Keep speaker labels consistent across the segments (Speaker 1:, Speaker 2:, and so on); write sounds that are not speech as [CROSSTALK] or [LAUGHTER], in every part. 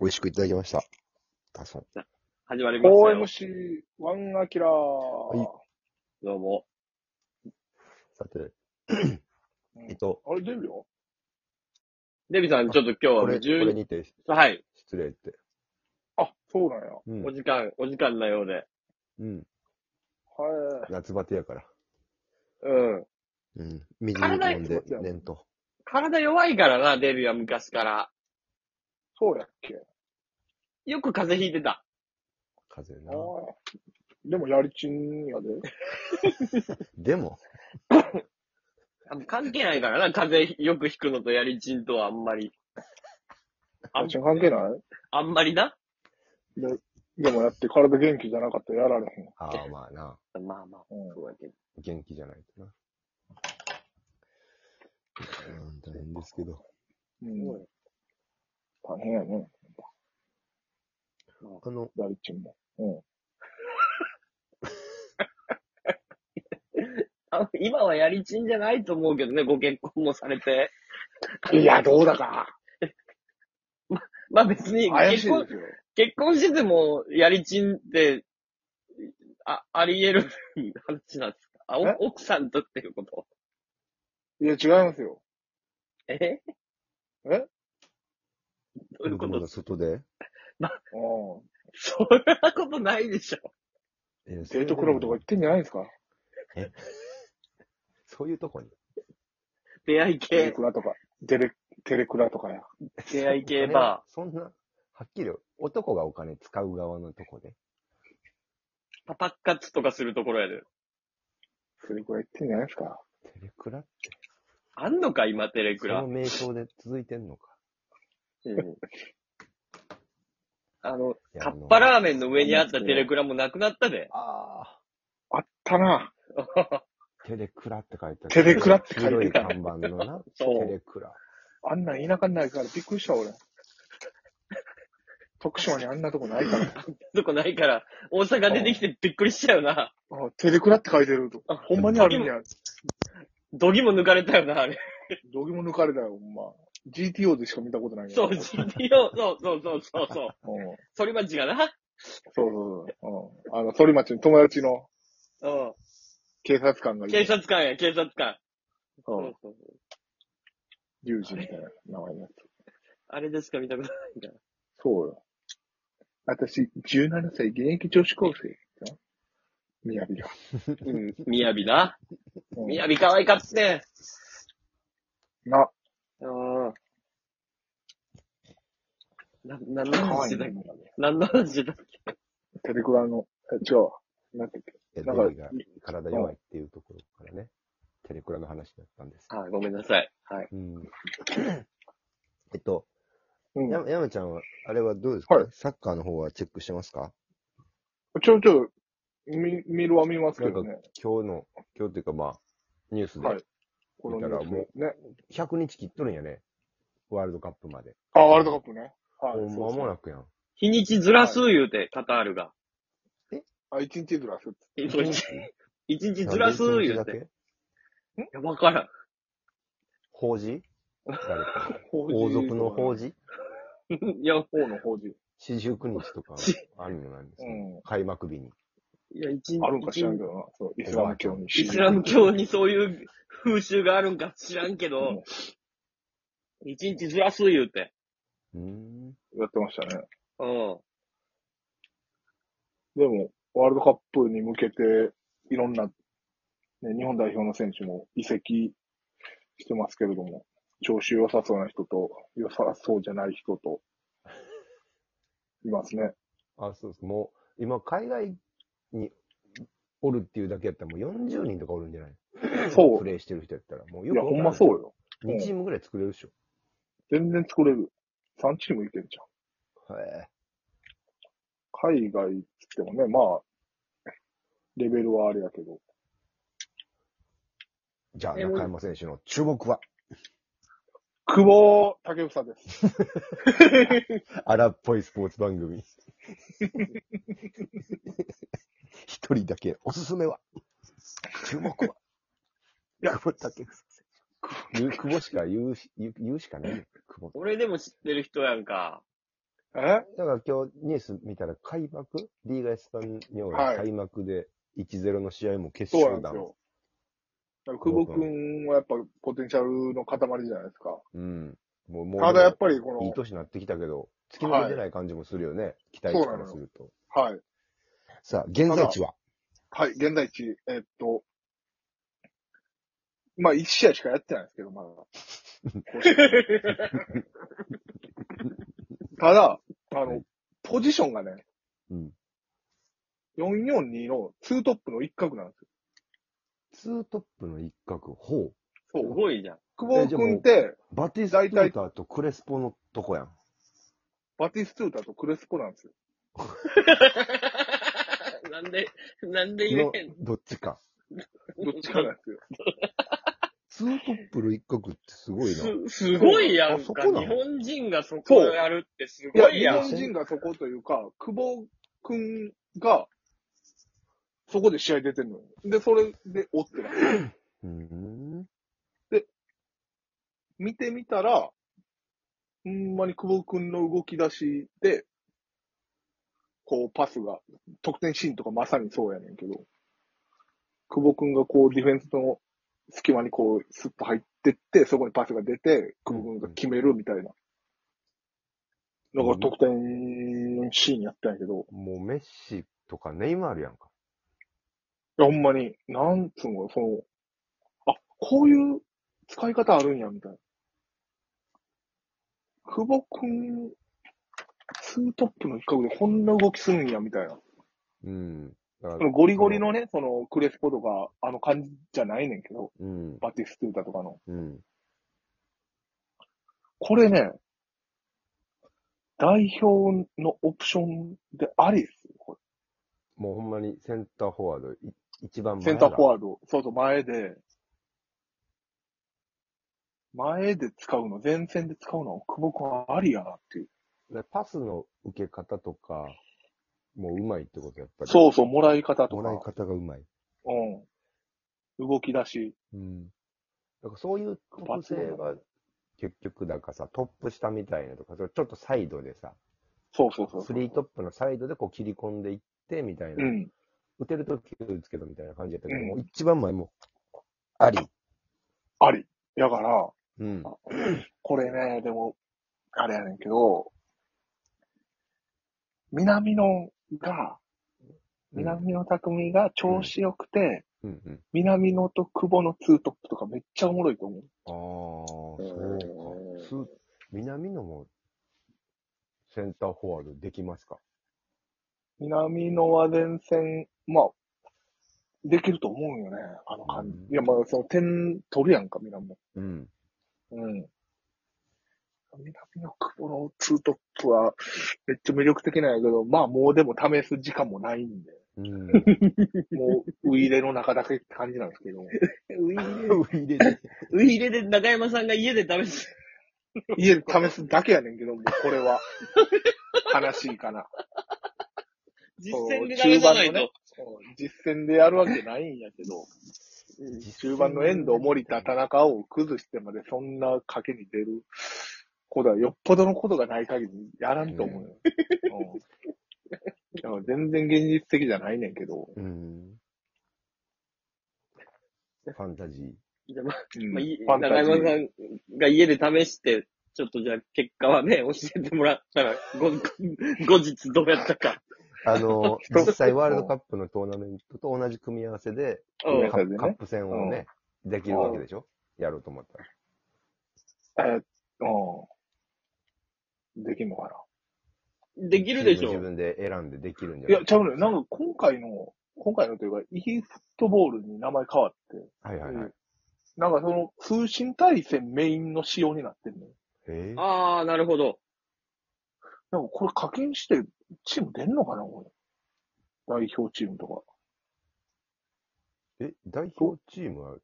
Speaker 1: 美味しくいただきました。たくさん。
Speaker 2: 始まりましたよ。
Speaker 3: OMC、ワンアキラー。
Speaker 1: い
Speaker 2: どうも。
Speaker 1: さ
Speaker 2: [CLEARS THROAT]
Speaker 1: て、
Speaker 3: うん
Speaker 1: えっと、
Speaker 3: あれ、出るよ
Speaker 2: デビさん、ちょっと今日
Speaker 1: こ
Speaker 2: は
Speaker 1: れ、これ
Speaker 2: 12、
Speaker 1: にて
Speaker 2: はい、
Speaker 1: 失礼って。
Speaker 3: あ、そうなんや。は
Speaker 1: うん
Speaker 2: お。時間、お時間なようで。
Speaker 1: うん。
Speaker 3: い。
Speaker 1: 夏バテやから。
Speaker 2: うん。
Speaker 1: うん。水
Speaker 2: 体
Speaker 1: 飲んで、寝んと。
Speaker 2: 体弱いからな、デビは昔から。
Speaker 3: そうやっけ。
Speaker 2: よく風邪ひいてた。
Speaker 1: 風邪
Speaker 3: あ
Speaker 1: な。
Speaker 3: ーでも、やりちんやで。
Speaker 1: でも、
Speaker 2: あ関係ないからな、風邪よくひくのとやりちんとはあんまり。あ
Speaker 3: や
Speaker 2: ん
Speaker 3: りちん関係ない
Speaker 2: あんまりな。
Speaker 3: でも、やって体元気じゃなかったらやられへん。
Speaker 1: ああ、まあな。
Speaker 2: まあまあ、
Speaker 3: うん
Speaker 2: そうやけど。
Speaker 1: 元気じゃないとな。うん、大変ですけど。
Speaker 3: うん。大変やね。
Speaker 1: あの、
Speaker 3: やりちんも。
Speaker 2: あ今はやりちんじゃないと思うけどね、ご結婚もされて。
Speaker 3: いや、どうだか。
Speaker 2: まあ別に、
Speaker 3: 怪し
Speaker 2: 結婚
Speaker 3: いですよ。
Speaker 2: 結婚してても、やりちんって、あ、あり得る話なんですかあ
Speaker 3: え
Speaker 2: お奥さんとっていうこと
Speaker 3: いや、違いますよ。
Speaker 2: え
Speaker 3: え
Speaker 2: どういうこ
Speaker 1: 僕ま
Speaker 2: と
Speaker 1: だ外で、
Speaker 3: うん。
Speaker 2: そんなことないでしょ。
Speaker 1: えー
Speaker 3: デートクラブとか行ってんじゃないですか
Speaker 1: そういうとこに。
Speaker 2: 出会い
Speaker 3: テレ
Speaker 2: 系
Speaker 3: ク、ラとか。テレ、テレクラとかや。
Speaker 2: 出会い系バ
Speaker 1: [LAUGHS] そんな、はっきり男がお金使う側のとこで。
Speaker 2: ー、パパッカツとかするところやで。
Speaker 3: テレクラ行ってんじゃないですか
Speaker 1: テレクラ
Speaker 2: あんのか、今、テレク
Speaker 1: そ
Speaker 2: ラ
Speaker 1: の。名称で続いてんのか。
Speaker 2: うんあの、
Speaker 1: いや
Speaker 2: カ
Speaker 1: あ
Speaker 2: ッ
Speaker 1: の
Speaker 2: パラーメンの上にあったテレクラもなくなったで。
Speaker 1: あ
Speaker 3: あったな。
Speaker 1: あ。テレクラって書いてある。
Speaker 3: テレクラって書いてあ
Speaker 1: 白
Speaker 3: る
Speaker 1: い看板の
Speaker 3: [LAUGHS]
Speaker 1: な。テ
Speaker 2: そう
Speaker 1: レクラ。
Speaker 3: あんなん田舎にないからびっくりした、俺。 [LAUGHS] 徳島にあんなとこないから。
Speaker 2: [LAUGHS] そこないから、大阪出てきてびっくりしたよな。
Speaker 3: あ、テレクラって書いてると。ほんまにある
Speaker 2: [LAUGHS]
Speaker 3: んや。
Speaker 2: 度肝抜かれたよな、あれ。
Speaker 3: どぎも抜かれたよ、ほんま。GTO でしか見たことないよ
Speaker 2: そう、
Speaker 3: うん
Speaker 2: GTO、そうそうそうそうそう。
Speaker 3: そう
Speaker 2: 反町がな。
Speaker 3: そうそう。うん。あの、鳥町の友達の
Speaker 2: う
Speaker 3: 警察官が
Speaker 2: ん。
Speaker 3: い
Speaker 2: 警
Speaker 3: る。
Speaker 2: 察官や、警察官。
Speaker 3: う
Speaker 2: そ
Speaker 3: ん
Speaker 2: う。そうそう
Speaker 3: 龍二みたいな名前のやつ。
Speaker 2: あれですか、見たことないんだ。
Speaker 3: そうよ。私、17歳現役女子高生。みやびが。
Speaker 2: うん。みやびな。
Speaker 3: うん
Speaker 2: みやび可愛かったね。
Speaker 3: な、
Speaker 2: うん。な、何の
Speaker 3: 可
Speaker 2: 話
Speaker 3: 愛
Speaker 2: し
Speaker 3: い
Speaker 2: てたっけ
Speaker 3: ね。
Speaker 2: 何の話してたっけ
Speaker 3: テレクラの、え違うわ。なんて
Speaker 1: えデ
Speaker 3: だから
Speaker 1: ビが体弱いっていうところからね、テレクラの話だったんです。
Speaker 2: あ、ごめんなさい。はい。
Speaker 1: うん。 [COUGHS] えっと、
Speaker 3: うん。
Speaker 1: や山ちゃんは、あれはどうですか、
Speaker 3: はい
Speaker 1: サッカーの方はチェックしてますか
Speaker 3: ちょいちょい、見、見るは見ますけどね。
Speaker 1: 今日の、今日っていうかまあ、ニュースで
Speaker 3: はいこの
Speaker 1: 見たらも
Speaker 3: ね。
Speaker 1: 100日切っとるんやね。ワールドカップまで。
Speaker 3: あ、ワールドカップね。はい。
Speaker 1: もう間も
Speaker 3: そうそう
Speaker 1: なくやん。
Speaker 2: 日にちずらす言うて、カタールが。
Speaker 3: あ、一日ずらす。
Speaker 2: 一日、一日ずらす言
Speaker 1: だ
Speaker 2: うて。い
Speaker 1: け
Speaker 2: や、わからん。
Speaker 1: 法事誰か。
Speaker 3: [LAUGHS]
Speaker 1: 王族の法
Speaker 3: 事。
Speaker 1: 事
Speaker 2: いや、
Speaker 3: 王の法事。
Speaker 1: 四十九日と
Speaker 3: [LAUGHS]
Speaker 1: か
Speaker 2: し
Speaker 1: あるのなんです
Speaker 3: う
Speaker 1: ね、
Speaker 3: ん。
Speaker 1: 開幕日に。
Speaker 2: いや、一日。
Speaker 3: あるんか知らんけどな。そう、イスラム教に。
Speaker 2: イスラム教にそういう風習があるんか知らんけ
Speaker 3: う
Speaker 2: ど、一日ずらす言うて。
Speaker 1: うーん。
Speaker 3: やってましたね。
Speaker 2: うん。
Speaker 3: でも、ワールドカップに向けて、いろんな、ね、日本代表の選手も移籍してますけれども、調子良さそうな人と、良さそうじゃない人と、いますね。
Speaker 1: あ、そうです。もう、今、海外におるっていうだけやったら、もう40人とかおるんじゃない
Speaker 3: そ
Speaker 1: プ
Speaker 3: う。
Speaker 1: レイしてる人やったら。もう
Speaker 3: いや、ほんまそう
Speaker 1: よ
Speaker 3: よ。
Speaker 1: く2チームぐらい作れるでしょ。
Speaker 3: 全然作れる。3チームいけるじゃん。
Speaker 1: へ
Speaker 3: 海外っつってもね、まあ、レベルはあれやけど。
Speaker 1: えじゃあ、
Speaker 2: えもう
Speaker 1: 中山選手の注目は、
Speaker 3: 久保建英です。
Speaker 1: 荒っぽいスポーツ番組。 [LAUGHS] 一人だけ、おすすめは注目はい
Speaker 3: や
Speaker 1: 久保建英選手。言う久保しか言うし、言う言うしかないよ。久保。
Speaker 2: 俺でも知ってる人やんか。
Speaker 3: え
Speaker 1: だから今日ニュース見たら開幕リーガエスパニョー
Speaker 3: はい
Speaker 1: ラ開幕で1-0の試合も決
Speaker 3: そう
Speaker 1: 勝
Speaker 3: なんで
Speaker 1: だ
Speaker 3: す
Speaker 1: も
Speaker 3: よ。だから久保君はやっぱポテンシャルの塊じゃないですか。
Speaker 1: ん。うん。もう、もう、
Speaker 3: ただやっぱりこ
Speaker 1: いい
Speaker 3: の、
Speaker 1: 年になってきたけど、突き抜けてない感じもするよね。期待値からすると。
Speaker 3: はい。
Speaker 1: さあ、現在地は
Speaker 3: はい、現在地、えっと、まあ、1試合しかやってないんですけど、
Speaker 1: [LAUGHS]
Speaker 3: まだ。 [LAUGHS] 甲子園ただ、あ
Speaker 1: は
Speaker 3: の
Speaker 1: い、
Speaker 3: ポジションがね、
Speaker 1: うん。
Speaker 3: 442の2トップの一角なんですよ。
Speaker 1: ツートップの一角、ほう。
Speaker 2: すごいじゃん。 [LAUGHS]
Speaker 3: 久保君って、
Speaker 1: バティストゥーターとクレスポのとこやん。
Speaker 3: バティストゥータとクレスポなんですよ。
Speaker 2: なんで、なんで言
Speaker 1: の
Speaker 2: えへん、
Speaker 1: どっちか。
Speaker 3: どっちかなんですよ。
Speaker 1: ツートップの一角ってすごいな。
Speaker 2: す、すごいや
Speaker 1: あ
Speaker 2: ん
Speaker 1: そ
Speaker 2: か。
Speaker 1: こなの
Speaker 2: 日本人がそこをやるってす
Speaker 3: い
Speaker 2: ご
Speaker 3: や、
Speaker 2: い
Speaker 3: 日
Speaker 2: や
Speaker 1: い
Speaker 2: ん
Speaker 1: や。
Speaker 3: 本人がそこというか、久保くんが、そこで試合出てるのよ。で、それで追ってない。
Speaker 1: うーん。
Speaker 3: 見てみたら、ほんまに久保くんの動き出しで、こうパスが、得点シーンとかまさにそうやねんけど、久保くんがこうディフェンスの隙間にこうスッと入ってって、そこにパスが出て、久保くんが決めるみたいな。だから得点シーンやったんやけど、
Speaker 1: もうメッシとかネイマールやんか。
Speaker 3: いや、ほんまに、なんつうの、その、あ、こういう使い方あるんや、みたいな。久保くん、ツートップの一角でこんな動きするんや、みたいな。
Speaker 1: うん。だか
Speaker 3: そのゴリゴリのね、そのクレスポとか、あの感じじゃないねんけど、
Speaker 1: うん。
Speaker 3: バティストゥータとかの。
Speaker 1: うん。
Speaker 3: これね、代表のオプションでありっすよ、こ
Speaker 1: もうほんまにセンターフォワード、い一番
Speaker 3: れ。
Speaker 1: 前
Speaker 3: センターフォ
Speaker 1: ー
Speaker 3: ワード、そうそう、前で、前で使うの、前線で使うの、久保くんはありやなっていう。
Speaker 1: ド。でパスの受け方とか、もううまいってことやっぱり。
Speaker 3: そうそう、もらい方と
Speaker 1: もらい
Speaker 3: か。
Speaker 1: 方がうまい。
Speaker 3: うん。動き出し。
Speaker 1: うん。だからそういう特性が、結局だからさ、トップ下みたいなとか、それちょっとサイドでさ、
Speaker 3: そうそうそうそう。
Speaker 1: スリートップのサイドでこう切り込んでいって、みたいな。
Speaker 3: うん。
Speaker 1: 打てるとき打つけどみたいな感じやったけど、
Speaker 3: うん
Speaker 1: もう一番前も、あり。
Speaker 3: あり。だから、
Speaker 1: うん。
Speaker 3: これね、でも、あれやねんけど、南野が、南野匠が調子良くて、
Speaker 1: うんうん。
Speaker 3: 南野と久保のツートップとかめっちゃおもろいと思う。
Speaker 1: ああ、そうか。す南野も、センターフォワードできますか
Speaker 3: 南野は前線、まあ、できると思うよね、あの感じ。
Speaker 1: うん
Speaker 3: いや、まあ、その点取るやんか、南野。
Speaker 1: うん。
Speaker 3: うん。南の久保のツートップは、めっちゃ魅力的なんやけど、まあもうでも試す時間もないんで、
Speaker 1: うん。
Speaker 3: もう、ウイレの中だけって感じなんです
Speaker 1: [LAUGHS]
Speaker 3: けど、
Speaker 2: ウイレ、
Speaker 1: [LAUGHS] 入れて。
Speaker 2: [LAUGHS] ウイレで中山さんが家で試す。
Speaker 3: 家で試すだけやねんけど、もうこれは、悲しいかな。
Speaker 2: 実践で試さない
Speaker 3: 中盤のね
Speaker 2: と。
Speaker 3: うん実戦でやるわけないんやけど、中盤の遠藤、森田、田中を崩してまでそんな賭けに出ることはよっぽどのことがない限りやらんと思うよ。うんだから全然現実的じゃないねんけど。
Speaker 1: うん。ファンタジー。
Speaker 2: じゃあまあ
Speaker 3: うん
Speaker 2: まあい
Speaker 3: ファン
Speaker 2: 中
Speaker 3: タジー
Speaker 2: 山さんが家で試して、ちょっとじゃあ結果はね、教えてもらったら、ご後日どうやった
Speaker 3: [LAUGHS]
Speaker 2: か。
Speaker 1: あ [LAUGHS] の、実際ワールドカップのトーナメントと同じ組み合わせで、
Speaker 2: う
Speaker 3: ごめん
Speaker 1: カ
Speaker 2: ん
Speaker 3: なさいね
Speaker 1: ッカップ戦をね、できるわけでしょやろうと思ったら。
Speaker 3: えーうん。できんのか
Speaker 2: できるでし
Speaker 1: 自
Speaker 2: ょ。
Speaker 1: 分で選んでできるんじゃな
Speaker 3: ない
Speaker 1: い
Speaker 3: や、ちゃうのよ。なんか今回の、今回のというか、イーフットボールに名前変わって、
Speaker 1: はいはいはい。
Speaker 3: なんかその通信対戦メインの仕様になってんのよ。
Speaker 1: へえ。
Speaker 2: ああ、なるほど。
Speaker 3: なんかこれ課金してチーム出んのかなこれ。代表チームとか。
Speaker 1: え、代表チームは、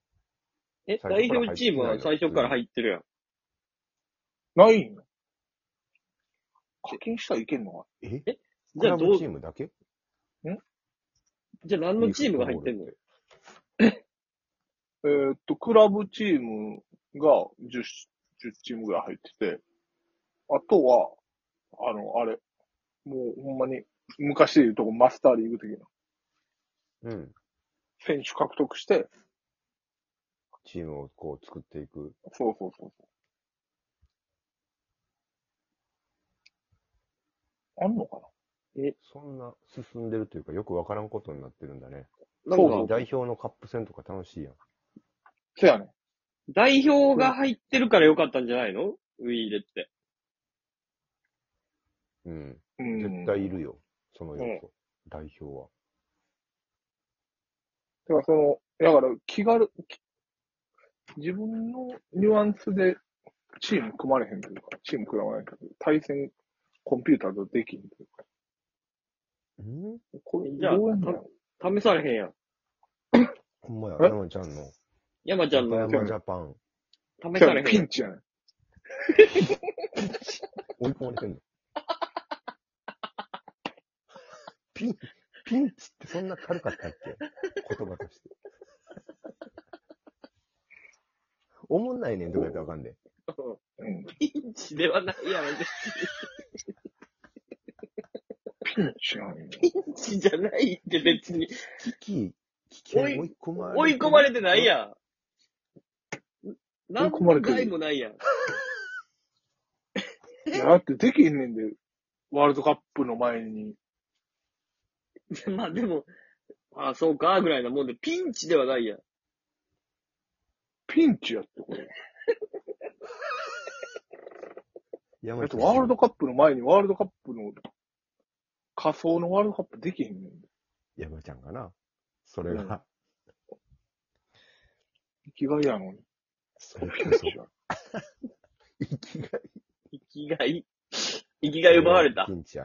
Speaker 2: え、
Speaker 1: 最初か
Speaker 2: 代
Speaker 1: ら入ってないの
Speaker 2: 表チームは最初から入ってるやん。
Speaker 3: ないんよ課金したらいけんのか
Speaker 1: えク
Speaker 2: じゃ
Speaker 1: ラ
Speaker 2: あど
Speaker 1: ブ
Speaker 2: う
Speaker 1: チ、ームだけ
Speaker 2: じゃあ何のチームが入ってんの
Speaker 3: なえーっと、クラブチームが10、10チームぐらい入ってて、あとは、あの、あれ、もうほんまに、昔で言うとこマスターリーグ的な
Speaker 1: うん。
Speaker 3: 選手獲得して、
Speaker 1: チームをこう作っていく。
Speaker 3: そうそうそうそう。あんのか
Speaker 1: そんな進んでるというか、よくわからんことになってるんだね。
Speaker 2: な
Speaker 3: そうんそ
Speaker 2: か
Speaker 3: う、
Speaker 1: 代表のカップ戦とか楽しいやん。
Speaker 3: なせやね。
Speaker 2: 代表が入ってるから良かったんじゃないのウィーレって。
Speaker 1: うん。
Speaker 3: うん。
Speaker 1: 絶対いるよ。その要素。代表は。
Speaker 3: だからその、だから気軽、き自分のニュアンスでチーム組まれへんというか、チーム組まれへんというか、対戦コンピューターとできんというか、
Speaker 1: うん
Speaker 3: これ
Speaker 2: じゃあ
Speaker 3: どうやんのやろ
Speaker 2: 試されへんやん。
Speaker 1: ほんまや、
Speaker 3: え
Speaker 1: 山ちゃんの。
Speaker 2: 山ちゃん
Speaker 1: 山
Speaker 2: の
Speaker 1: ジャパン。
Speaker 2: 試
Speaker 3: せ
Speaker 2: さ
Speaker 3: や
Speaker 2: れ
Speaker 3: ね
Speaker 2: へん
Speaker 3: ピ
Speaker 2: や
Speaker 3: ン
Speaker 2: ん。
Speaker 3: チやねん。
Speaker 1: 追い込まれて
Speaker 2: [LAUGHS]
Speaker 1: んの。ピン、ピンチってそんな軽かったっけ言葉と
Speaker 2: [LAUGHS]
Speaker 1: して。おもんないねんとか言ったらわかんね
Speaker 3: うん。
Speaker 2: ピンチではないやろ。
Speaker 3: ピンチやねん。
Speaker 2: ピンチじゃないって別に。
Speaker 1: 危機、危機追い込まれ
Speaker 2: 追い込まれてないやん。
Speaker 3: 追い
Speaker 2: 何
Speaker 3: 込まれてる
Speaker 2: 回もないやん。
Speaker 3: いや、だってできへんねんで、ワールドカップの前に。
Speaker 2: [LAUGHS] まあでも、ああ、そうか、ぐらいなもんで、ピンチではないやん。
Speaker 3: ピンチやってこれ。だ
Speaker 1: 山
Speaker 3: っ
Speaker 1: ち
Speaker 3: て
Speaker 1: ゃん
Speaker 3: ワールドカップの前にワールドカップの、仮想のワールドカップできへんねんで。
Speaker 1: 山ちゃんかな。それが、
Speaker 3: うん生きがいやのに。
Speaker 1: それ
Speaker 3: ピン
Speaker 1: こそ
Speaker 3: チ、や。
Speaker 1: 生きがい。
Speaker 2: 生きがい。生きがい奪われた
Speaker 1: ピ。ンチや